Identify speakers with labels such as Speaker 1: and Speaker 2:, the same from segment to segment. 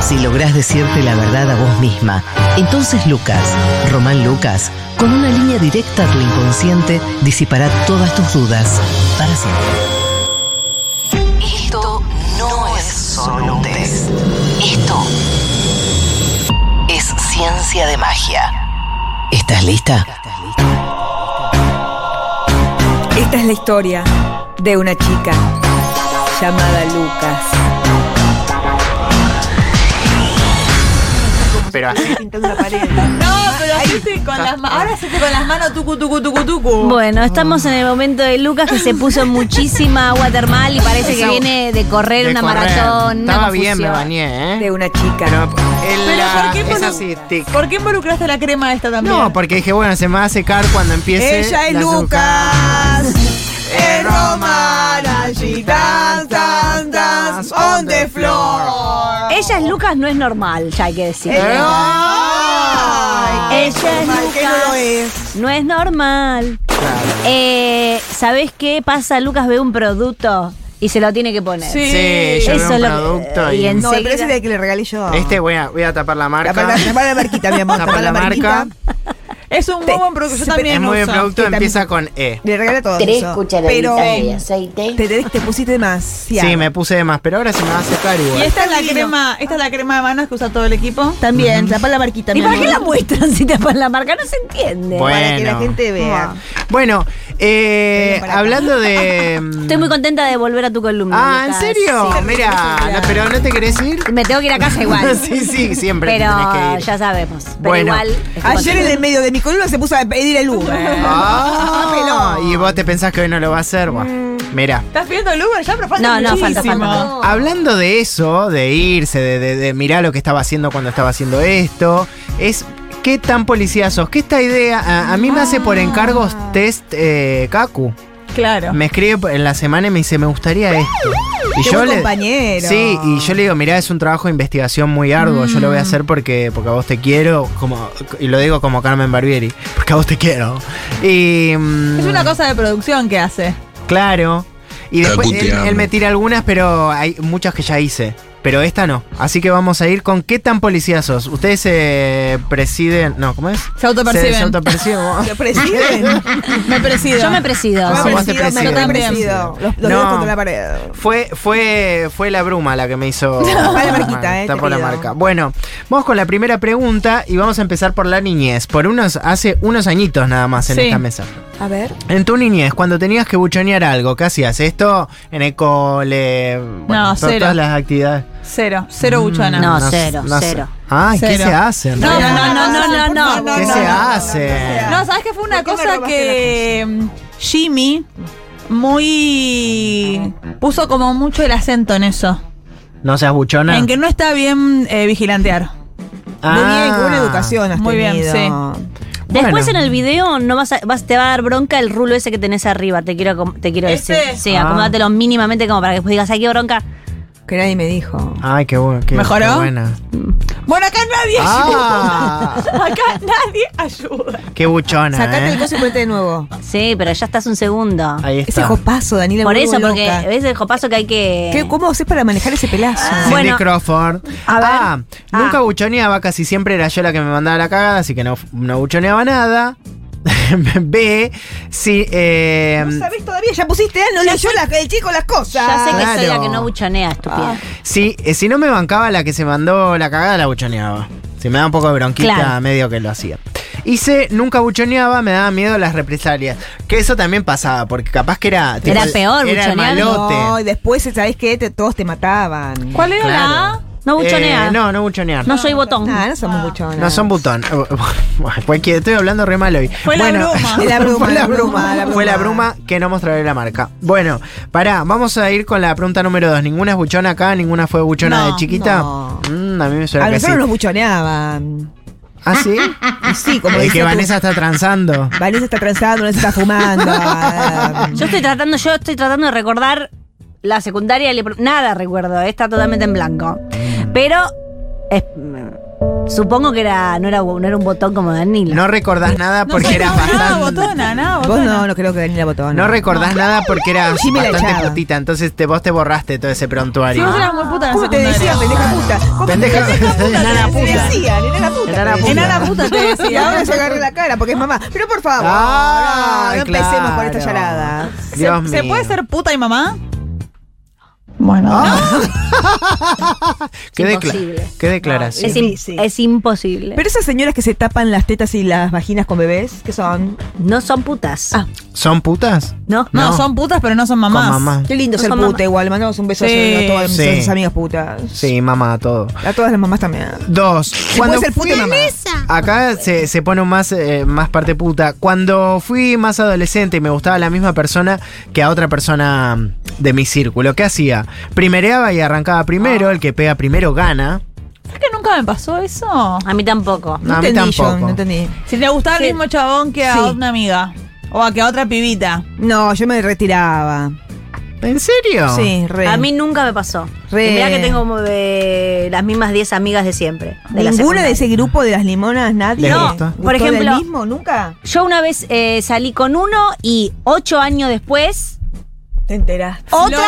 Speaker 1: Si lográs decirte la verdad a vos misma, entonces Lucas, Román Lucas, con una línea directa a tu inconsciente, disipará todas tus dudas para siempre. Esto no es solo un test. Esto es ciencia de magia. ¿Estás lista?
Speaker 2: Esta es la historia de una chica llamada Lucas.
Speaker 3: Pero así.
Speaker 4: No, pero hiciste con las manos. Ahora hiciste con las manos tucu, tucu, tucu, tucu.
Speaker 5: Bueno, estamos en el momento de Lucas que se puso muchísima agua termal y parece que
Speaker 3: Esa-
Speaker 5: viene de correr
Speaker 3: de
Speaker 5: una
Speaker 3: correr.
Speaker 5: maratón. una
Speaker 3: Estaba bien, me
Speaker 5: confusión.
Speaker 3: bañé, ¿eh?
Speaker 2: De una
Speaker 3: Pero,
Speaker 2: chica.
Speaker 3: el-
Speaker 4: Pero
Speaker 3: la-
Speaker 4: ¿por qué,
Speaker 3: es
Speaker 4: involuc-
Speaker 3: así, tic.
Speaker 4: ¿por qué involucraste la crema esta también?
Speaker 3: No, porque dije, bueno, se me va a secar cuando empiece.
Speaker 4: Ella es
Speaker 3: la
Speaker 4: Lucas. Es
Speaker 3: Es
Speaker 4: romana, she dance, dance, dance on the floor.
Speaker 5: Ella es Lucas, no es normal, ya hay que decir.
Speaker 3: azúcar.
Speaker 4: Ay,
Speaker 5: Ella es
Speaker 4: ¿por qué no
Speaker 5: Lucas.
Speaker 4: lo es?
Speaker 5: No es normal.
Speaker 3: Claro.
Speaker 5: Eh, ¿Sabés qué pasa? Lucas ve un producto y se lo tiene que poner.
Speaker 4: Sí.
Speaker 3: Sí, yo
Speaker 5: Eso
Speaker 3: veo un
Speaker 5: lo-
Speaker 3: producto y.
Speaker 5: y en-
Speaker 2: No, pero ese
Speaker 5: Enseguida.
Speaker 2: es el que le regalé yo.
Speaker 3: Este voy a, voy a tapar la
Speaker 2: La
Speaker 3: marca.
Speaker 2: palabra la marquita, mi amor.
Speaker 3: Tapar
Speaker 2: tapá
Speaker 3: la marca.
Speaker 2: marquita.
Speaker 4: Es un muy buen producto. Yo
Speaker 2: Es
Speaker 3: Es
Speaker 4: también
Speaker 3: muy buen
Speaker 4: uso.
Speaker 3: producto,
Speaker 2: que también-
Speaker 3: empieza con E.
Speaker 2: Le regalé todo
Speaker 6: Tres
Speaker 2: eso.
Speaker 6: cucharaditas de
Speaker 2: Pero
Speaker 6: aceite.
Speaker 2: te, tenés- te pusiste demasiado.
Speaker 3: Sí, me puse de más, pero ahora se me va a secar
Speaker 4: Y
Speaker 3: igual.
Speaker 4: esta es la
Speaker 2: Divino.
Speaker 4: crema, esta es la crema de manos que usa todo el equipo. También, tapá la marquita.
Speaker 5: ¿Y
Speaker 4: mi
Speaker 5: para qué
Speaker 4: amor.
Speaker 5: la muestran si tapan la marca? No se entiende.
Speaker 3: Bueno.
Speaker 2: Para que la gente vea.
Speaker 3: Bueno, eh,
Speaker 2: Ven para acá.
Speaker 3: hablando de.
Speaker 5: Estoy muy contenta de volver a tu columna.
Speaker 3: Ah, ¿en
Speaker 5: Lucas.
Speaker 3: serio?
Speaker 5: Sí.
Speaker 3: Mira, no, pero ¿no te querés ir?
Speaker 5: Me tengo que ir a casa igual.
Speaker 3: sí, sí, siempre te tenés que
Speaker 5: Pero
Speaker 3: ir.
Speaker 5: ya sabemos. Pero
Speaker 3: Bueno.
Speaker 5: igual. estoy
Speaker 2: Ayer en
Speaker 5: contenta.
Speaker 2: el medio de mi columna se puso a pedir el Uber.
Speaker 3: Ah,
Speaker 2: Pelón.
Speaker 3: y vos te pensás que hoy no lo va a hacer. Buah, Mira.
Speaker 4: ¿Estás pidiendo el Uber ya? Pero falta
Speaker 5: No, no, falta,
Speaker 4: muchísimo.
Speaker 5: falta. falta.
Speaker 3: Hablando de eso, de irse, de, de- de mirar lo que estaba haciendo cuando estaba haciendo esto, es qué tan policía sos. Que esta idea a, a mí me hace por encargos
Speaker 5: Ah.
Speaker 3: test eh, Kaku.
Speaker 4: Claro.
Speaker 3: Me escribe por- en la semana y me dice, me gustaría esto. Y
Speaker 2: Qué buen compañero.
Speaker 3: Sí, y yo le digo, mirá, es un trabajo de investigación muy arduo, yo lo
Speaker 2: Mm.
Speaker 3: voy a hacer porque, porque a vos te quiero, como, y lo digo como Carmen Barbieri, porque a vos te quiero. Y, mm,
Speaker 4: Es una cosa de producción que hace.
Speaker 3: Claro. Y después
Speaker 7: Kaku, te
Speaker 3: él,
Speaker 7: amo.
Speaker 3: él me tira algunas, pero hay muchas que ya hice. Pero esta no. Así que vamos a ir con qué tan policía sos. Ustedes se presiden. No, ¿cómo es?
Speaker 4: Se autoperciben.
Speaker 3: Se, se autoperciben.
Speaker 2: ¿Lo presiden?
Speaker 4: Me presido.
Speaker 5: Yo me presido.
Speaker 3: Ah,
Speaker 2: Me
Speaker 3: vos te
Speaker 2: presido, me
Speaker 3: presides.
Speaker 2: represido. Los, los
Speaker 3: No.
Speaker 2: dedos contra la pared.
Speaker 3: Fue, fue, fue la bruma la que me hizo.
Speaker 2: Tapá la marquita, eh,
Speaker 3: Tapó
Speaker 2: te
Speaker 3: la
Speaker 2: pido.
Speaker 3: marca. Bueno, vamos con la primera pregunta y vamos a empezar por la niñez. Por unos, hace unos añitos nada más en
Speaker 4: Sí.
Speaker 3: esta mesa.
Speaker 2: A ver.
Speaker 3: En tu niñez, cuando tenías que buchonear algo, ¿qué hacías? ¿Esto? ¿En el cole? Bueno, to-
Speaker 4: cero.
Speaker 3: Todas las actividades.
Speaker 4: Cero, cero buchona.
Speaker 5: No,
Speaker 3: sé,
Speaker 5: cero,
Speaker 3: sé.
Speaker 5: cero.
Speaker 3: Ay, ¿qué
Speaker 4: Cero.
Speaker 3: se hace?
Speaker 4: No, no, no, no, no, no, no.
Speaker 2: no,
Speaker 3: ¿Qué
Speaker 2: no,
Speaker 3: se
Speaker 2: no,
Speaker 3: hace?
Speaker 2: no, no,
Speaker 4: No, ¿sabes qué fue una
Speaker 2: ¿Por qué me
Speaker 4: cosa
Speaker 2: robaste
Speaker 4: que mm, Jimmy muy puso como mucho el acento en eso,
Speaker 3: No seas buchona.
Speaker 4: en que no está bien eh, vigilantear.
Speaker 3: Ah.
Speaker 2: Muy bien, con buena educación has
Speaker 4: Muy bien,
Speaker 2: tenido.
Speaker 4: sí.
Speaker 5: Después
Speaker 3: Bueno.
Speaker 5: en el video no vas a- vas- te va a dar bronca el rulo ese que tenés arriba. Te quiero, acom- te quiero
Speaker 4: ¿Este?
Speaker 5: decir. Sí,
Speaker 3: Ah.
Speaker 5: acomódatelo mínimamente como para que después digas, ay, qué bronca.
Speaker 2: Que nadie me dijo.
Speaker 3: Ay, qué bueno. Qué,
Speaker 4: ¿Mejoró?
Speaker 3: qué buena.
Speaker 4: Bueno, acá nadie
Speaker 3: Ah,
Speaker 4: ayuda. Acá nadie ayuda.
Speaker 3: qué buchona,
Speaker 2: Sacate
Speaker 3: eh.
Speaker 2: el coso y ponete de nuevo.
Speaker 5: Sí, pero ya estás un segundo.
Speaker 3: Ahí
Speaker 2: Ese
Speaker 3: está.
Speaker 2: copazo, Daniela.
Speaker 5: Por
Speaker 2: me
Speaker 5: eso,
Speaker 2: vuelvo
Speaker 5: porque
Speaker 2: loca.
Speaker 4: eh,
Speaker 5: es el copazo que hay que.
Speaker 2: ¿Qué- ¿Cómo haces para manejar ese pelazo?
Speaker 4: Ah,
Speaker 3: Cindy
Speaker 5: Bueno.
Speaker 3: Crawford.
Speaker 5: A ver.
Speaker 3: Ah,
Speaker 5: Ah.
Speaker 3: nunca buchoneaba, casi siempre era yo la que me mandaba la cagada, así que no, no buchoneaba nada. B, sí, eh,
Speaker 2: No sabés todavía, ya pusiste, ah, no leyó la- el chico las cosas.
Speaker 5: Ya sé que soy la
Speaker 3: Claro.
Speaker 5: que no buchonea, estúpida.
Speaker 3: sí, eh, si no me bancaba la que se mandó la cagada, la buchoneaba. Si me da un poco de bronquita,
Speaker 5: Claro.
Speaker 3: medio que lo hacía. Y C, nunca buchoneaba, me daba miedo las represalias. Que eso también pasaba, porque capaz que era.
Speaker 5: Era peor
Speaker 3: era el
Speaker 5: buchonear.
Speaker 3: malote.
Speaker 2: No, y después, ¿sabés qué? Te- todos te mataban.
Speaker 4: ¿Cuál era
Speaker 3: Claro.
Speaker 4: la A?
Speaker 5: ¿Ah? No buchonea.
Speaker 3: Eh, no, no buchonear.
Speaker 5: No soy botón.
Speaker 2: Ah, no somos muchos.
Speaker 3: No son butón. Cualquier, estoy hablando re mal hoy.
Speaker 2: Fue la bruma.
Speaker 3: Fue la bruma,
Speaker 2: La bruma, la bruma.
Speaker 3: Fue la bruma que no mostraré la marca. Bueno, pará, vamos a ir con la pregunta número dos. ¿Ninguna es buchona acá? ¿Ninguna fue buchona
Speaker 2: No,
Speaker 3: de chiquita?
Speaker 2: no.
Speaker 3: Mm, a mí me suena
Speaker 2: A
Speaker 3: que sí.
Speaker 2: nosotros nos buchoneaban.
Speaker 3: ¿Ah, sí?
Speaker 2: Y Sí, como
Speaker 3: El
Speaker 2: dice
Speaker 3: que
Speaker 2: tu-
Speaker 3: Vanessa está transando.
Speaker 2: Vanessa está transando, no se está fumando. ah,
Speaker 5: Yo estoy tratando, yo estoy tratando de recordar la secundaria. le- Nada recuerdo, está totalmente en blanco. Pero es- mm, supongo que era, no, era, no era un botón como Danilo.
Speaker 3: No recordás nada porque
Speaker 4: sé,
Speaker 3: eras
Speaker 4: no, Nada
Speaker 3: bastante.
Speaker 4: botona, nada
Speaker 2: Vos
Speaker 4: botona.
Speaker 2: no, no creo que Daniela Botón.
Speaker 3: No recordás nada porque eras
Speaker 2: Sí, me la
Speaker 3: bastante
Speaker 2: echaba.
Speaker 3: putita, entonces te, vos te borraste todo ese
Speaker 4: Si vos
Speaker 3: prontuario.
Speaker 4: eras muy puta en
Speaker 2: ¿Cómo
Speaker 4: la
Speaker 2: te decían,
Speaker 4: secundaria.
Speaker 2: pendeja puta? ¿Cómo te
Speaker 3: Pendeja- enana
Speaker 2: Te
Speaker 3: puta.
Speaker 2: decían, enana puta.
Speaker 3: Enana puta.
Speaker 4: Enana puta te
Speaker 2: Y
Speaker 4: decía.
Speaker 2: ahora se agarré la cara porque es mamá. Pero por favor,
Speaker 3: Ah,
Speaker 2: no, no empecemos con
Speaker 3: claro.
Speaker 2: esta llorada.
Speaker 3: Dios
Speaker 4: ¿Se, se
Speaker 3: mío.
Speaker 4: puede ser puta y mamá? Bueno.
Speaker 3: Qué, decla-
Speaker 5: imposible.
Speaker 3: qué declaración.
Speaker 5: es, im-
Speaker 2: sí.
Speaker 5: es imposible.
Speaker 2: Pero esas señoras que se tapan las tetas y las vaginas con bebés, ¿qué son?
Speaker 5: no son putas.
Speaker 2: Ah.
Speaker 3: ¿Son putas?
Speaker 5: No.
Speaker 4: No,
Speaker 3: No.
Speaker 4: son putas, pero no son
Speaker 3: Con
Speaker 4: mamás.
Speaker 3: mamá.
Speaker 2: Qué lindo
Speaker 5: No
Speaker 2: ser
Speaker 5: son
Speaker 2: puta
Speaker 5: mamá.
Speaker 2: igual. Mandamos un beso
Speaker 4: Sí.
Speaker 2: a todas
Speaker 3: Sí.
Speaker 2: nuestras amigas putas.
Speaker 3: Sí, mamá, todo.
Speaker 2: A todas las mamás también.
Speaker 3: Dos.
Speaker 2: Cuando ser puta y mamá.
Speaker 3: Acá se, se pone un más, eh, más parte puta. Cuando fui más adolescente y me gustaba la misma persona que a otra persona mm, de mi círculo, ¿qué hacía? Primereaba y arrancaba primero,
Speaker 2: Ah.
Speaker 3: el que pega primero gana.
Speaker 4: ¿Sabes que nunca me pasó eso?
Speaker 5: A mí tampoco.
Speaker 3: No, a mí
Speaker 2: entendí yo,
Speaker 3: tampoco.
Speaker 2: no entendí.
Speaker 4: Si te gustaba
Speaker 5: Sí.
Speaker 4: el mismo chabón que a
Speaker 2: Sí.
Speaker 4: una amiga. O a que a otra pibita.
Speaker 2: No, yo me retiraba.
Speaker 3: ¿En serio?
Speaker 2: Sí, re.
Speaker 5: A mí nunca me pasó.
Speaker 2: Re.
Speaker 5: Y mirá que tengo como de las mismas 10 amigas de siempre. de
Speaker 2: ¿Ninguna
Speaker 5: la
Speaker 2: de
Speaker 5: secundaria.
Speaker 2: ese grupo de las limonas? ¿Nadie?
Speaker 3: ¿Les gusta?
Speaker 2: ¿Gustó
Speaker 5: Por ejemplo-
Speaker 2: del mismo? ¿Nunca?
Speaker 5: Yo una vez eh, salí con uno y ocho años después,
Speaker 2: Te enteraste.
Speaker 5: otra,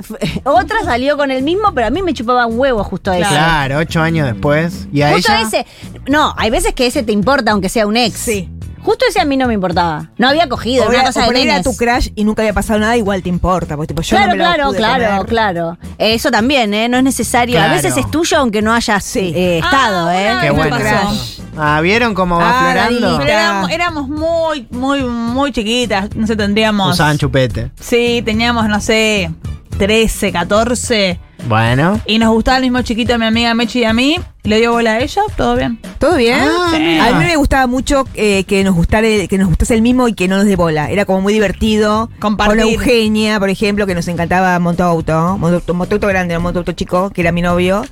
Speaker 4: Flori.
Speaker 5: otra salió con el mismo, pero a mí me chupaba un huevo justo ese.
Speaker 3: Claro, ocho años después. Y a
Speaker 5: Justo
Speaker 3: ella.
Speaker 5: ese. No, hay veces que ese te importa, aunque sea un ex.
Speaker 2: Sí.
Speaker 5: Justo ese a mí no me importaba. No había cogido,
Speaker 2: O,
Speaker 5: una
Speaker 2: era-
Speaker 5: cosa
Speaker 2: o
Speaker 5: de
Speaker 2: por ahí era
Speaker 5: nenes.
Speaker 2: tu crush y nunca había pasado nada, igual te importa. Porque, tipo, yo
Speaker 5: claro,
Speaker 2: no me la
Speaker 5: claro,
Speaker 2: pude
Speaker 5: claro,
Speaker 2: comer.
Speaker 5: claro. Eh, Eso también, ¿eh? No es necesario.
Speaker 3: Claro.
Speaker 5: A veces es tuyo aunque no hayas eh,
Speaker 4: Ah,
Speaker 5: estado,
Speaker 4: una
Speaker 5: ¿eh?
Speaker 4: vez
Speaker 3: Qué
Speaker 4: me
Speaker 3: bueno.
Speaker 4: pasó.
Speaker 3: Ah, ¿vieron cómo va
Speaker 2: Ah,
Speaker 3: aflorando?
Speaker 4: Pero
Speaker 2: Mirá.
Speaker 4: éramos, éramos muy, muy, muy chiquitas. No sé, tendríamos.
Speaker 3: Usaban chupete.
Speaker 4: Sí, teníamos, no sé, 13, 14.
Speaker 3: Bueno.
Speaker 4: Y nos gustaba el mismo chiquito a mi amiga Mechi y a mí. Le dio bola a ella, todo bien.
Speaker 2: ¿Todo bien?
Speaker 3: Ah,
Speaker 2: Sí.
Speaker 3: mira.
Speaker 2: a mí me gustaba mucho eh, que nos gustara el- que nos gustase el mismo y que no nos dé bola. Era como muy divertido.
Speaker 4: Compartir.
Speaker 2: Con Eugenia, por ejemplo, que nos encantaba Montauto, Montauto, Montauto grande, no Montauto chico, que era mi novio.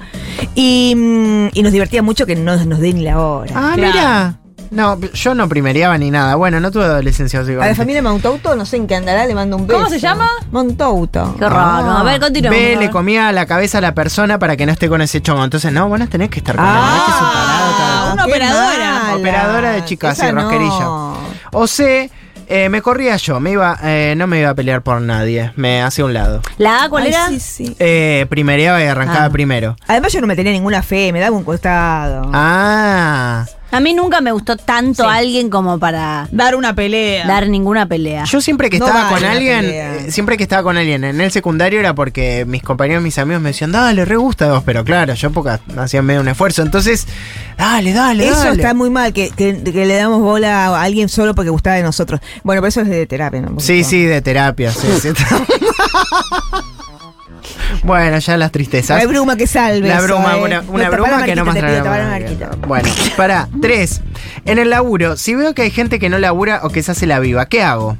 Speaker 2: Y, mm, y nos divertía mucho que no nos den la hora.
Speaker 3: Ah, mira. No, yo no primereaba ni nada. Bueno, no tuve adolescencia así
Speaker 2: A la
Speaker 3: como-
Speaker 2: familia Montauto no sé en qué andará, le mando un beso.
Speaker 4: ¿Cómo se llama?
Speaker 2: Montauto.
Speaker 5: Qué raro.
Speaker 3: Ah,
Speaker 5: A ver, continuemos.
Speaker 3: Ve, le comía la cabeza a la persona para que no esté con ese chongo. Entonces, no, vos no tenés que estar con
Speaker 2: Ah,
Speaker 3: él. ¿no? Este es un tarado, tarado.
Speaker 4: una
Speaker 2: qué
Speaker 4: operadora.
Speaker 2: mala.
Speaker 3: Operadora de chicas,
Speaker 2: Esa
Speaker 3: sí, rosquerilla.
Speaker 2: no.
Speaker 3: O C, eh, me corría yo, me iba, eh, no me iba a pelear por nadie, me hacía un lado.
Speaker 5: ¿La A cuál
Speaker 2: Ay,
Speaker 5: era?
Speaker 2: sí, sí.
Speaker 3: Eh, primereaba y arrancaba
Speaker 2: Ah.
Speaker 3: primero.
Speaker 2: Además yo no me tenía ninguna fe, me daba un costado.
Speaker 3: Ah,
Speaker 5: A mí nunca me gustó tanto alguien como para
Speaker 4: Dar una pelea.
Speaker 5: dar ninguna pelea.
Speaker 3: yo siempre que
Speaker 2: No
Speaker 3: estaba
Speaker 2: vale
Speaker 3: con
Speaker 2: la
Speaker 3: alguien,
Speaker 2: pelea.
Speaker 3: eh, siempre que estaba con alguien en el secundario era porque mis compañeros, mis amigos me decían, dale, re gusta dos, pero claro, yo porque hacía medio un esfuerzo. Entonces, dale, dale,
Speaker 2: Eso
Speaker 3: dale.
Speaker 2: está muy mal, que, que- que le damos bola a alguien solo porque gustaba de nosotros. Bueno, por eso es de terapia, ¿no? Porque
Speaker 3: Sí,
Speaker 2: no.
Speaker 3: sí, de terapia. sí, sí. bueno, ya las
Speaker 2: No
Speaker 3: tristezas.
Speaker 2: hay bruma que salve.
Speaker 3: La
Speaker 2: eso,
Speaker 3: broma,
Speaker 2: eh.
Speaker 3: una,
Speaker 2: No,
Speaker 3: una
Speaker 2: tapá la
Speaker 3: broma que no más
Speaker 2: marquita, te pido, tapá la marquita.
Speaker 3: Bueno, para, tres. En el laburo, si veo que hay gente que no labura o que se hace la viva, ¿qué hago?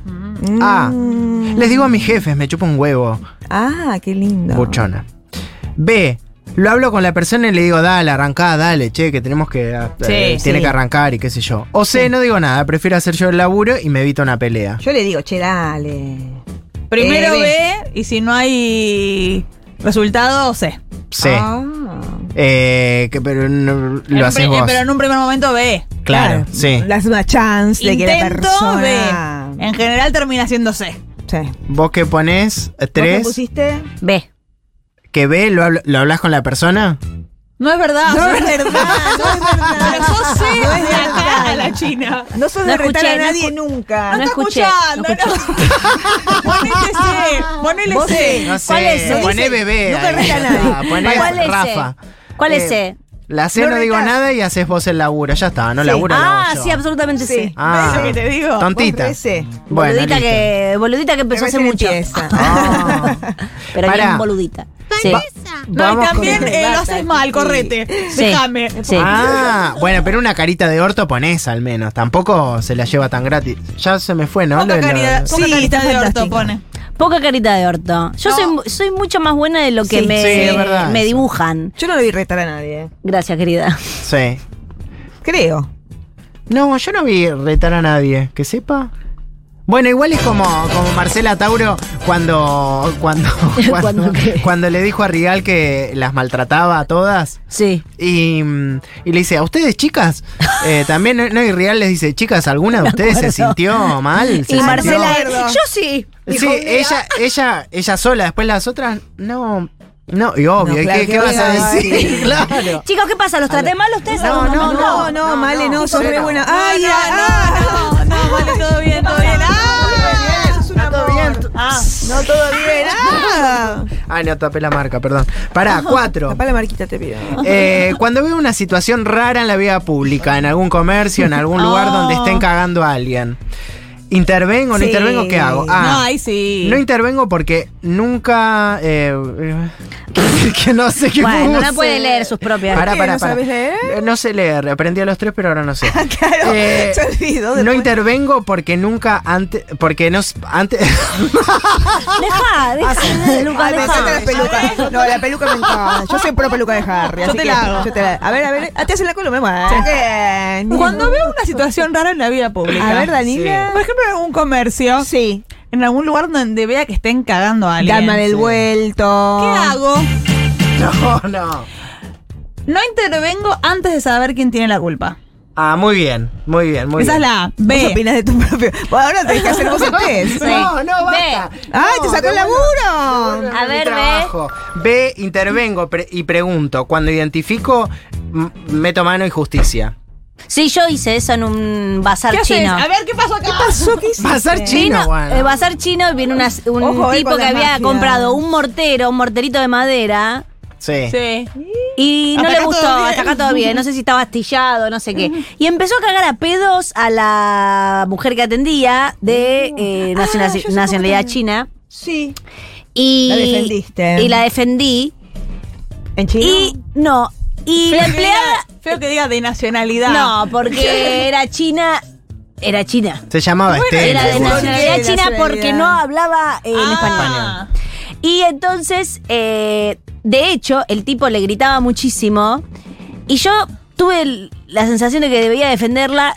Speaker 3: A.
Speaker 2: Mm.
Speaker 3: Les digo a mis jefes, me chupo un huevo,
Speaker 2: Ah, qué lindo.
Speaker 3: buchona. B. Lo hablo con la persona y le digo, dale, arrancá, dale, che, que tenemos que. eh,
Speaker 4: Sí,
Speaker 3: tiene
Speaker 2: sí.
Speaker 3: que arrancar y qué sé yo. O C. No digo nada, prefiero hacer yo el laburo y me evito una pelea.
Speaker 2: Yo le digo, che, dale.
Speaker 4: Primero
Speaker 2: Eh,
Speaker 4: ve y si no hay resultado, sé.
Speaker 3: C.
Speaker 2: Ah,
Speaker 3: Eh, que, pero no- lo haces vos.
Speaker 4: Pero en un primer momento ve.
Speaker 3: claro, sí.
Speaker 2: Le haces una chance de que la
Speaker 4: Intento ve.
Speaker 2: persona.
Speaker 4: En general termina siendo C.
Speaker 2: Sí.
Speaker 3: Vos que pones
Speaker 2: ¿Vos qué
Speaker 3: tres,
Speaker 2: pusiste?
Speaker 5: Ve.
Speaker 3: que ve, lo, habl- lo hablas con la persona.
Speaker 4: No es verdad.
Speaker 2: No
Speaker 4: sos-
Speaker 2: es verdad, no es verdad.
Speaker 4: Pero sos
Speaker 5: Ah,
Speaker 4: C
Speaker 2: No es
Speaker 4: de acá
Speaker 2: verdad.
Speaker 4: a la China.
Speaker 2: No sos
Speaker 5: No
Speaker 2: de retar
Speaker 5: escuché,
Speaker 2: a
Speaker 5: no
Speaker 2: nadie
Speaker 5: escu-
Speaker 2: nunca.
Speaker 5: No
Speaker 4: está
Speaker 5: escuché,
Speaker 4: escuchando,
Speaker 5: no
Speaker 4: no. Ponele C. Ponele
Speaker 2: Vos
Speaker 4: C.
Speaker 3: No
Speaker 5: ¿Cuál es?
Speaker 3: sé,
Speaker 5: No
Speaker 3: poné
Speaker 5: dice-
Speaker 3: bebé.
Speaker 2: nunca
Speaker 3: ahí,
Speaker 2: reta a nadie.
Speaker 3: poné
Speaker 5: ¿Cuál es
Speaker 3: Rafa.
Speaker 5: ese? ¿Cuál es
Speaker 3: Eh,
Speaker 5: ese?
Speaker 3: La C no,
Speaker 2: No
Speaker 3: digo
Speaker 2: necesitas.
Speaker 3: nada y haces vos el laburo. Ya está, no
Speaker 2: Sí.
Speaker 3: laburo. lo
Speaker 5: ah,
Speaker 3: hago yo.
Speaker 5: sí, absolutamente sí.
Speaker 3: Ah.
Speaker 2: ¿Ves lo que te digo?
Speaker 3: Tontita.
Speaker 2: Vos ofrece.
Speaker 3: Bueno,
Speaker 5: boludita,
Speaker 3: listo.
Speaker 5: que, boludita que empezó hace
Speaker 2: Recién
Speaker 5: mucho.
Speaker 2: empieza.
Speaker 3: Ah.
Speaker 5: Pero
Speaker 3: Pará.
Speaker 5: bien boludita. Sí.
Speaker 4: No,
Speaker 3: Vamos
Speaker 4: y
Speaker 3: con-
Speaker 4: también eh, lo haces mal,
Speaker 2: Sí.
Speaker 4: correte.
Speaker 5: Sí.
Speaker 4: Déjame.
Speaker 5: Sí.
Speaker 3: Ah, bueno, pero una carita de orto ponés al menos. Tampoco se la lleva tan gratis. Ya se me fue, ¿no? Lo
Speaker 4: Poca
Speaker 3: de lo-
Speaker 4: caridad, poca
Speaker 2: Sí,
Speaker 4: carita
Speaker 2: está
Speaker 4: de orto
Speaker 2: fantástico.
Speaker 4: pone.
Speaker 5: Poca carita de orto. Yo
Speaker 4: No.
Speaker 5: soy, mu- soy mucho más buena de lo que
Speaker 2: Sí.
Speaker 5: me,
Speaker 3: Sí, es verdad
Speaker 5: me
Speaker 3: eso.
Speaker 5: dibujan.
Speaker 2: Yo no le vi retar a nadie.
Speaker 5: Gracias, querida.
Speaker 3: Sí.
Speaker 2: Creo.
Speaker 3: No, yo no vi retar a nadie, que sepa. Bueno, igual es como, como Marcela Tauro cuando cuando cuando,
Speaker 5: ¿Cuándo qué?
Speaker 3: cuando le dijo a Rial que las maltrataba a todas
Speaker 5: Sí.
Speaker 3: y, mm, y le dice, ¿a ustedes chicas? Eh, también no, no, y Rial les dice, chicas, ¿alguna de ustedes se
Speaker 5: acuerdo.
Speaker 3: sintió mal? ¿Se
Speaker 5: Y
Speaker 3: sintió-"
Speaker 5: Marcela,
Speaker 2: acuerdo.
Speaker 5: yo sí.
Speaker 3: Sí, ella, ella, ella sola, después las otras, no, no, y obvio,
Speaker 2: No,
Speaker 3: ¿y
Speaker 2: claro,
Speaker 3: ¿qué,
Speaker 2: ¿qué
Speaker 3: qué vas a
Speaker 2: vas a
Speaker 3: decir? claro.
Speaker 5: Chicos, ¿qué pasa? ¿Los traté mal ustedes? a
Speaker 3: No,
Speaker 5: los
Speaker 3: no,
Speaker 5: mamás?
Speaker 2: No, no,
Speaker 3: no,
Speaker 2: Male, no,
Speaker 3: no,
Speaker 2: sos re
Speaker 3: cero.
Speaker 2: buena.
Speaker 4: No,
Speaker 2: Ay,
Speaker 4: no,
Speaker 2: ah,
Speaker 4: no, no, no, vale, todo bien, todo bien. ¡Ah!
Speaker 2: ah, sos una
Speaker 3: Está todo bien.
Speaker 4: Ah,
Speaker 2: No, todo bien. Ah.
Speaker 3: Ah, no, tapé la marca, perdón. Pará, cuatro.
Speaker 2: Tapá la marquita, te pido.
Speaker 3: Eh, cuando veo una situación rara en la vida pública, en algún comercio, en algún lugar
Speaker 4: Oh.
Speaker 3: donde estén cagando a alguien, ¿intervengo, no
Speaker 2: Sí.
Speaker 3: intervengo? ¿Qué hago?
Speaker 4: No,
Speaker 3: Ah,
Speaker 4: ahí sí.
Speaker 3: no intervengo porque nunca. eh, que no sé qué
Speaker 5: Bueno, no
Speaker 3: puse.
Speaker 5: la puede leer sus propias.
Speaker 3: Pará,
Speaker 2: ¿Qué,
Speaker 3: pará,
Speaker 2: no
Speaker 3: pará.
Speaker 2: sabes leer? Ah,
Speaker 3: Eh, No sé leer, aprendí a los tres, pero ahora no sé.
Speaker 2: Claro,
Speaker 3: Eh,
Speaker 2: se olvidó.
Speaker 3: No
Speaker 2: después.
Speaker 3: intervengo porque nunca antes. Porque no. s- Antes.
Speaker 5: Dejá, dejá, Lucas,
Speaker 2: Ay, me
Speaker 5: dejá.
Speaker 2: encanta la peluca. No, la peluca me encanta. Yo soy pro peluca de Harry.
Speaker 4: Yo
Speaker 2: así
Speaker 4: te
Speaker 2: que
Speaker 4: la hago.
Speaker 2: yo te la- A ver, a ver. ah, Te hacen la columna. Bueno, bien.
Speaker 4: Cuando veo una situación rara en la vida pública.
Speaker 2: A ver, Danila.
Speaker 4: Por ejemplo, en algún comercio,
Speaker 2: Sí.
Speaker 4: en algún lugar donde vea que estén cagando a alguien.
Speaker 2: Dame el
Speaker 4: Sí.
Speaker 2: vuelto.
Speaker 4: ¿Qué hago?
Speaker 3: No, no.
Speaker 4: No intervengo antes de saber quién tiene la culpa.
Speaker 3: Ah, muy bien, muy bien, muy
Speaker 4: Esa
Speaker 3: bien.
Speaker 4: es la A.
Speaker 2: ¿Vos
Speaker 4: B.
Speaker 2: opinas de tu propio? Bueno, ahora tenés que hacer vos el test.
Speaker 3: No, no, basta.
Speaker 2: ¡Ay, te
Speaker 3: No,
Speaker 2: sacó el
Speaker 3: devuelvo-
Speaker 2: laburo!
Speaker 3: devuélveme
Speaker 5: A
Speaker 3: mi
Speaker 5: ver, ve.
Speaker 3: trabajo. Ve, intervengo pre- y pregunto. Cuando identifico, m- meto mano y justicia.
Speaker 5: Sí, yo hice eso en un
Speaker 4: ¿Qué
Speaker 5: bazar
Speaker 4: haces?
Speaker 5: chino.
Speaker 4: A ver, ¿qué pasó acá? ¿Qué pasó? ¿Qué
Speaker 3: Va a ser Ah, chino, bueno.
Speaker 5: El bazar chino viene una- un
Speaker 2: Ojo, eh,
Speaker 5: tipo
Speaker 2: con
Speaker 5: que
Speaker 2: las
Speaker 5: había
Speaker 2: mafias.
Speaker 5: comprado un mortero, un morterito de madera.
Speaker 3: Sí.
Speaker 4: Sí.
Speaker 5: Y no
Speaker 4: Hasta
Speaker 5: le
Speaker 4: acá
Speaker 5: gustó,
Speaker 4: todo bien.
Speaker 5: hasta acá todo bien, no sé si estaba astillado, no sé qué. Y empezó a cagar a pedos a la mujer que atendía de eh, naciona-
Speaker 2: Ah, yo sé cómo
Speaker 5: nacionalidad
Speaker 2: te-
Speaker 5: china.
Speaker 2: Sí.
Speaker 5: Y,
Speaker 2: La defendiste.
Speaker 5: Y la defendí.
Speaker 2: ¿En chino?
Speaker 5: Y no, y la empleada...
Speaker 4: Feo que diga de nacionalidad.
Speaker 5: No, porque era china, era china.
Speaker 3: Se llamaba Estela.
Speaker 5: Era
Speaker 2: ¿por
Speaker 5: de
Speaker 2: qué
Speaker 5: nacionalidad
Speaker 2: de
Speaker 5: china porque
Speaker 2: nacionalidad?
Speaker 5: no hablaba eh, en español.
Speaker 4: Ah.
Speaker 5: Y entonces, eh, de hecho, el tipo le gritaba muchísimo. Y yo tuve el- la sensación de que debía defenderla.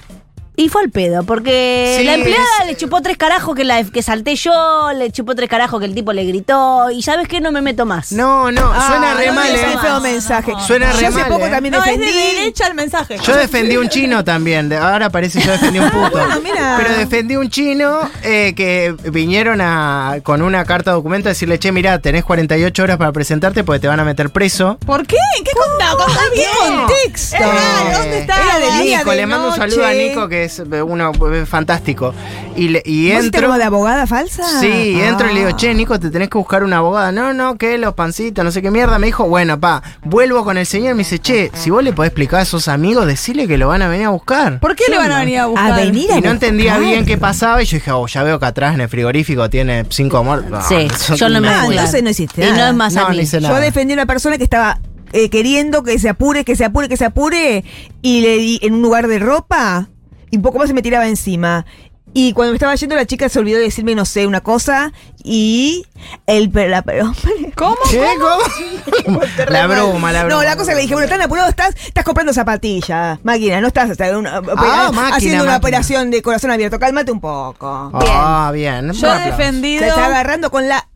Speaker 5: Y fue al pedo, porque
Speaker 3: Sí,
Speaker 5: la empleada
Speaker 3: es-
Speaker 5: le chupó tres carajos que, la, que salté yo, le chupó tres carajos que el tipo le gritó. Y sabes que no me meto más.
Speaker 3: No, no,
Speaker 2: Ah,
Speaker 3: suena re
Speaker 2: no,
Speaker 3: mal,
Speaker 2: Es
Speaker 3: eh.
Speaker 2: un feo mensaje.
Speaker 3: Suena re
Speaker 2: Yo hace
Speaker 3: mal,
Speaker 2: poco
Speaker 3: eh.
Speaker 2: también
Speaker 4: No, es de
Speaker 2: defendí.
Speaker 4: derecha el mensaje.
Speaker 3: Yo defendí un chino también, de- ahora parece que yo defendí un puto.
Speaker 2: bueno, Ah, mira.
Speaker 3: Pero defendí un chino eh, que vinieron a, con una carta de documento a decirle, che, mirá, tenés 48 horas para presentarte porque te van a meter preso. Eh,
Speaker 4: ¿Por qué? ¿En qué contexto?
Speaker 2: ¿Qué contexto? Ah,
Speaker 4: Era, ¿dónde está?
Speaker 2: Era de día,
Speaker 3: Nico,
Speaker 2: de
Speaker 3: le mando un
Speaker 2: noche.
Speaker 3: saludo a Nico, que es eh, uno eh, fantástico. Y, le- y
Speaker 2: ¿Vos hiciste
Speaker 3: entro.
Speaker 2: como de abogada falsa?
Speaker 3: Sí,
Speaker 2: Ah.
Speaker 3: entro y le digo, che, Nico, te tenés que buscar una abogada. No, no, que los pancitos, no sé qué mierda. Me dijo, bueno, pa, vuelvo con el señor. Me dice, che, si vos le podés explicar a esos amigos, decirle que lo van a venir a buscar.
Speaker 4: ¿Por qué le van a venir a buscar?
Speaker 2: A venir a
Speaker 3: Y no entendía
Speaker 2: buscar.
Speaker 3: bien qué pasaba. Y yo dije, oh, ya veo que atrás en el frigorífico tiene cinco muertos. No,
Speaker 5: Sí,
Speaker 3: eso-
Speaker 5: yo no me
Speaker 2: Ah,
Speaker 5: fui.
Speaker 2: entonces no hiciste
Speaker 5: Y no
Speaker 2: nada.
Speaker 5: es más
Speaker 3: No,
Speaker 5: a
Speaker 3: no
Speaker 5: mí.
Speaker 3: hice nada.
Speaker 2: Yo defendí a una persona que estaba eh, queriendo que se apure, que se apure, que se apure, y le di en un lugar de ropa, y un poco más se me tiraba encima. Y cuando me estaba yendo, la chica se olvidó de decirme, no sé, una cosa, y el, per- la, per-
Speaker 4: ¿Cómo?
Speaker 3: ¿Qué? ¿Cómo? la broma, la broma.
Speaker 2: No, la cosa que le dije, bueno, tan apurado estás, estás comprando zapatillas, máquina, no estás o sea, una- opera-
Speaker 3: Ah, máquina,
Speaker 2: haciendo una
Speaker 3: máquina.
Speaker 2: operación de corazón abierto, cálmate un poco.
Speaker 3: Ah, bien.
Speaker 4: Yo
Speaker 3: Aplausos.
Speaker 4: he
Speaker 2: Se
Speaker 4: defendido.
Speaker 2: está agarrando con la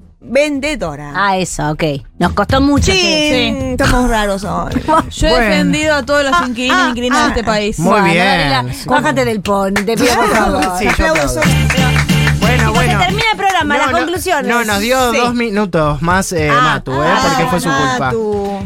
Speaker 2: vendedora.
Speaker 5: Ah, eso, ok. Nos costó mucho. ¿eh?
Speaker 2: Chin,
Speaker 5: sí.
Speaker 2: estamos raros hoy.
Speaker 4: Yo he
Speaker 3: Bueno.
Speaker 4: defendido a todos los inquilinos y inquilinas de este país.
Speaker 3: Muy
Speaker 5: Bueno,
Speaker 3: bien.
Speaker 5: Gabriela, bájate del pony, te pido por favor.
Speaker 3: Sí, yo aplaudo.
Speaker 2: Aplausos.
Speaker 3: Bueno, Bueno,
Speaker 5: Chicos, se
Speaker 3: bueno.
Speaker 5: termina el programa, las conclusiones.
Speaker 3: No, nos dio
Speaker 2: Sí.
Speaker 3: dos minutos más eh,
Speaker 5: Ah,
Speaker 3: Matu, eh,
Speaker 5: ah,
Speaker 3: porque fue su culpa.
Speaker 2: Matu.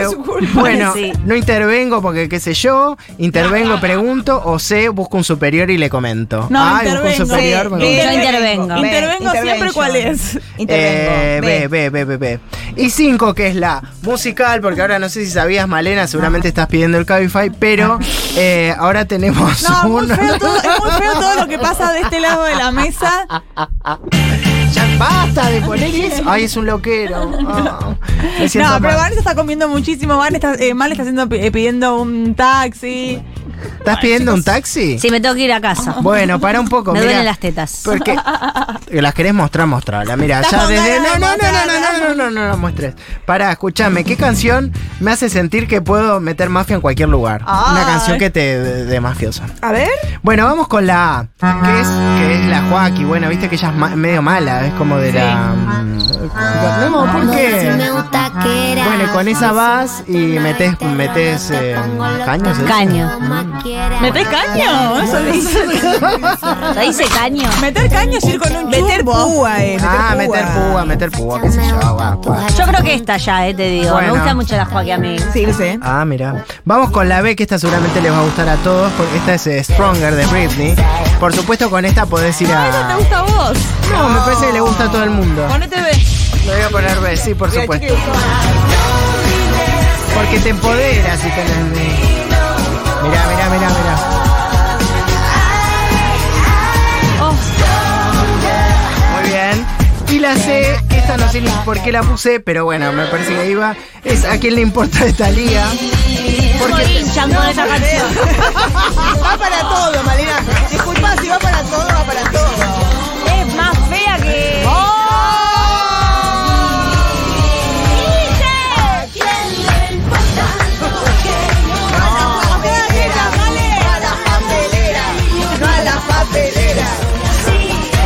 Speaker 2: Porque fue su culpa.
Speaker 3: Bueno,
Speaker 5: Sí.
Speaker 3: no intervengo porque qué sé yo, intervengo, pregunto o sé, busco un superior y le comento.
Speaker 4: No,
Speaker 3: Ay, busco un
Speaker 4: intervengo.
Speaker 3: superior.
Speaker 4: Sí,
Speaker 3: me
Speaker 4: yo
Speaker 3: gusta.
Speaker 5: Yo intervengo.
Speaker 2: Ve,
Speaker 4: Intervengo siempre, ¿cuál es?
Speaker 3: Eh,
Speaker 2: Intervengo. ve.
Speaker 3: B, B, B, B, B. Y 5, que es la musical, porque ahora no sé si sabías, Malena,
Speaker 4: Ah.
Speaker 3: seguramente estás pidiendo el Cabify, pero eh, ahora tenemos
Speaker 4: No, muy
Speaker 3: un.
Speaker 4: feo todo, es muy feo todo lo que pasa de este lado de la mesa.
Speaker 3: Ya basta de poner eso. Ay, es un loquero. Ah, me siento
Speaker 4: No, pero
Speaker 3: mal.
Speaker 4: Van se está comiendo muchísimo. Van está, eh, Mal está haciendo, eh, pidiendo un taxi.
Speaker 3: ¿Estás pidiendo un taxi?
Speaker 5: Sí, me tengo que ir a casa.
Speaker 3: Bueno, para un poco.
Speaker 5: Me
Speaker 3: mirá,
Speaker 5: duelen las tetas.
Speaker 3: Porque las querés mostrar, mostrarla. Mira,
Speaker 4: Estás
Speaker 3: ya
Speaker 4: con
Speaker 3: desde.
Speaker 4: ganas
Speaker 3: No,
Speaker 4: de
Speaker 3: no, no, no, no, no,
Speaker 4: mostrarla.
Speaker 3: no, no, no, no muestres. Pará, escúchame. ¿Qué canción me hace sentir que puedo meter mafia en cualquier lugar? Una
Speaker 4: Ay.
Speaker 3: canción que te. de, de mafiosa.
Speaker 2: A ver.
Speaker 3: Bueno, vamos con la A, que es, que es la Joaquí. Bueno, viste que ella es ma- medio mala, es como de la. mm, No, ¿por qué? Bueno, y con esa vas y metes, metes caños. ¿eh?
Speaker 5: Caño.
Speaker 4: ¿Metés caño? Eso dice.
Speaker 5: ¿Lo dice caño?
Speaker 4: Meter caño es ir con un
Speaker 2: Meter
Speaker 4: churbo.
Speaker 2: púa, eh.
Speaker 3: Ah, meter púa, meter púa, qué sé yo, va, va.
Speaker 5: Yo creo que esta ya, eh, te digo.
Speaker 3: Bueno.
Speaker 5: Me gusta mucho la Joaquín a mí.
Speaker 2: Sí, lo sé.
Speaker 3: Ah, mira. Vamos con la B, que esta seguramente les va a gustar a todos, porque esta es eh, Stronger de Britney. Por supuesto, con esta podés ir
Speaker 4: ¿Te
Speaker 3: a.
Speaker 4: gusta a vos?
Speaker 3: No, me parece que le gusta a todo el mundo.
Speaker 4: Ponete B.
Speaker 3: Le voy a poner B, sí, Ah, por supuesto. Porque te empodera si tenés. Mirá, mirá, mirá, mirá.
Speaker 4: Oh.
Speaker 3: Muy bien. Y la C, esta no sé ni por qué la puse, pero bueno, me parece que iba. Es a quién le importa esta liga.
Speaker 5: ¿Cómo hinchan con esa canción?
Speaker 2: Va para todo, Malena. Disculpa, si va para todo, va para todo.
Speaker 5: Es más fea que.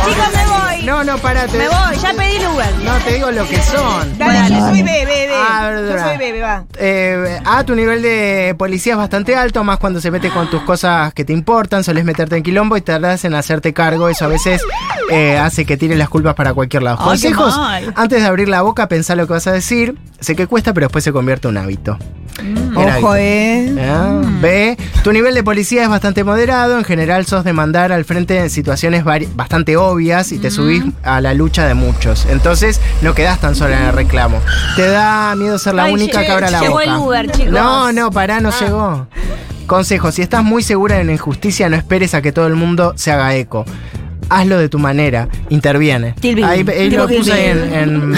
Speaker 5: Chicos, me voy.
Speaker 3: No, no, parate.
Speaker 5: Me voy, ya pedí el Uber.
Speaker 3: No, te digo lo que son.
Speaker 2: Dale, yo soy bebé, bebé.
Speaker 3: Ah,
Speaker 2: Yo
Speaker 3: verdad.
Speaker 2: soy bebé, va.
Speaker 3: Eh, ah, tu nivel de policía es bastante alto, más cuando se mete con tus cosas que te importan, solés meterte en quilombo y tardás en hacerte cargo. Eso a veces eh, hace que tires las culpas para cualquier lado.
Speaker 4: Ay, qué
Speaker 3: Consejos,
Speaker 4: mal.
Speaker 3: antes de abrir la boca, pensá lo que vas a decir. Sé que cuesta, pero después se convierte en un hábito. Era
Speaker 2: Ojo,
Speaker 3: hábito.
Speaker 2: eh.
Speaker 3: Ah,
Speaker 5: Mm.
Speaker 3: B. Tu nivel de policía es bastante moderado. En general, sos de mandar al frente en situaciones vari- bastante obvias y te subís a la lucha de muchos. Entonces, no quedás tan sola en el reclamo. Te da miedo ser la
Speaker 5: Ay,
Speaker 3: única
Speaker 5: lle-
Speaker 3: que abra la
Speaker 5: llegó
Speaker 3: boca.
Speaker 5: el Uber, chicos. Ah.
Speaker 3: No, no, pará, no llegó. Consejo: si estás muy segura de una injusticia, no esperes a que todo el mundo se haga eco. Hazlo de tu manera, interviene.
Speaker 5: Kill Bill.
Speaker 3: Ahí, ahí
Speaker 5: Tipo
Speaker 3: lo
Speaker 5: Kill
Speaker 3: puse ahí en-
Speaker 5: Bill.
Speaker 3: en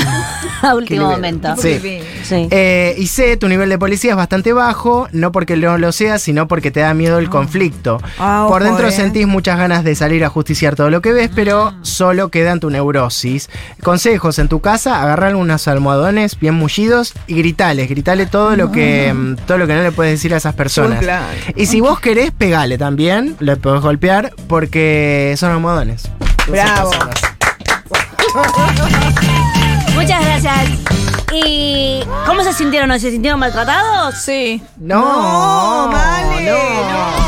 Speaker 5: A último
Speaker 3: Kill Bill.
Speaker 5: momento.
Speaker 3: Sí.
Speaker 5: Sí.
Speaker 3: Eh, y C, tu nivel de policía es bastante bajo, no porque no lo seas, sino porque te da miedo el conflicto.
Speaker 2: Ah,
Speaker 3: Por
Speaker 2: ojo,
Speaker 3: dentro
Speaker 2: eh. Ah.
Speaker 3: sentís muchas ganas de salir a justiciar todo lo que ves, pero solo queda en tu neurosis. Consejos, en tu casa, agarrar unos almohadones bien mullidos y gritales, gritale todo lo que
Speaker 2: Ah.
Speaker 3: mm, todo lo que no le puedes decir a esas personas.
Speaker 2: Buen plan.
Speaker 3: Y si vos querés, pegale también, le podés golpear, porque son almohadones.
Speaker 2: Bravo.
Speaker 5: Muchas gracias. ¿Y cómo se sintieron? ¿No se sintieron maltratados?
Speaker 4: Sí.
Speaker 3: No,
Speaker 2: No, vale, no.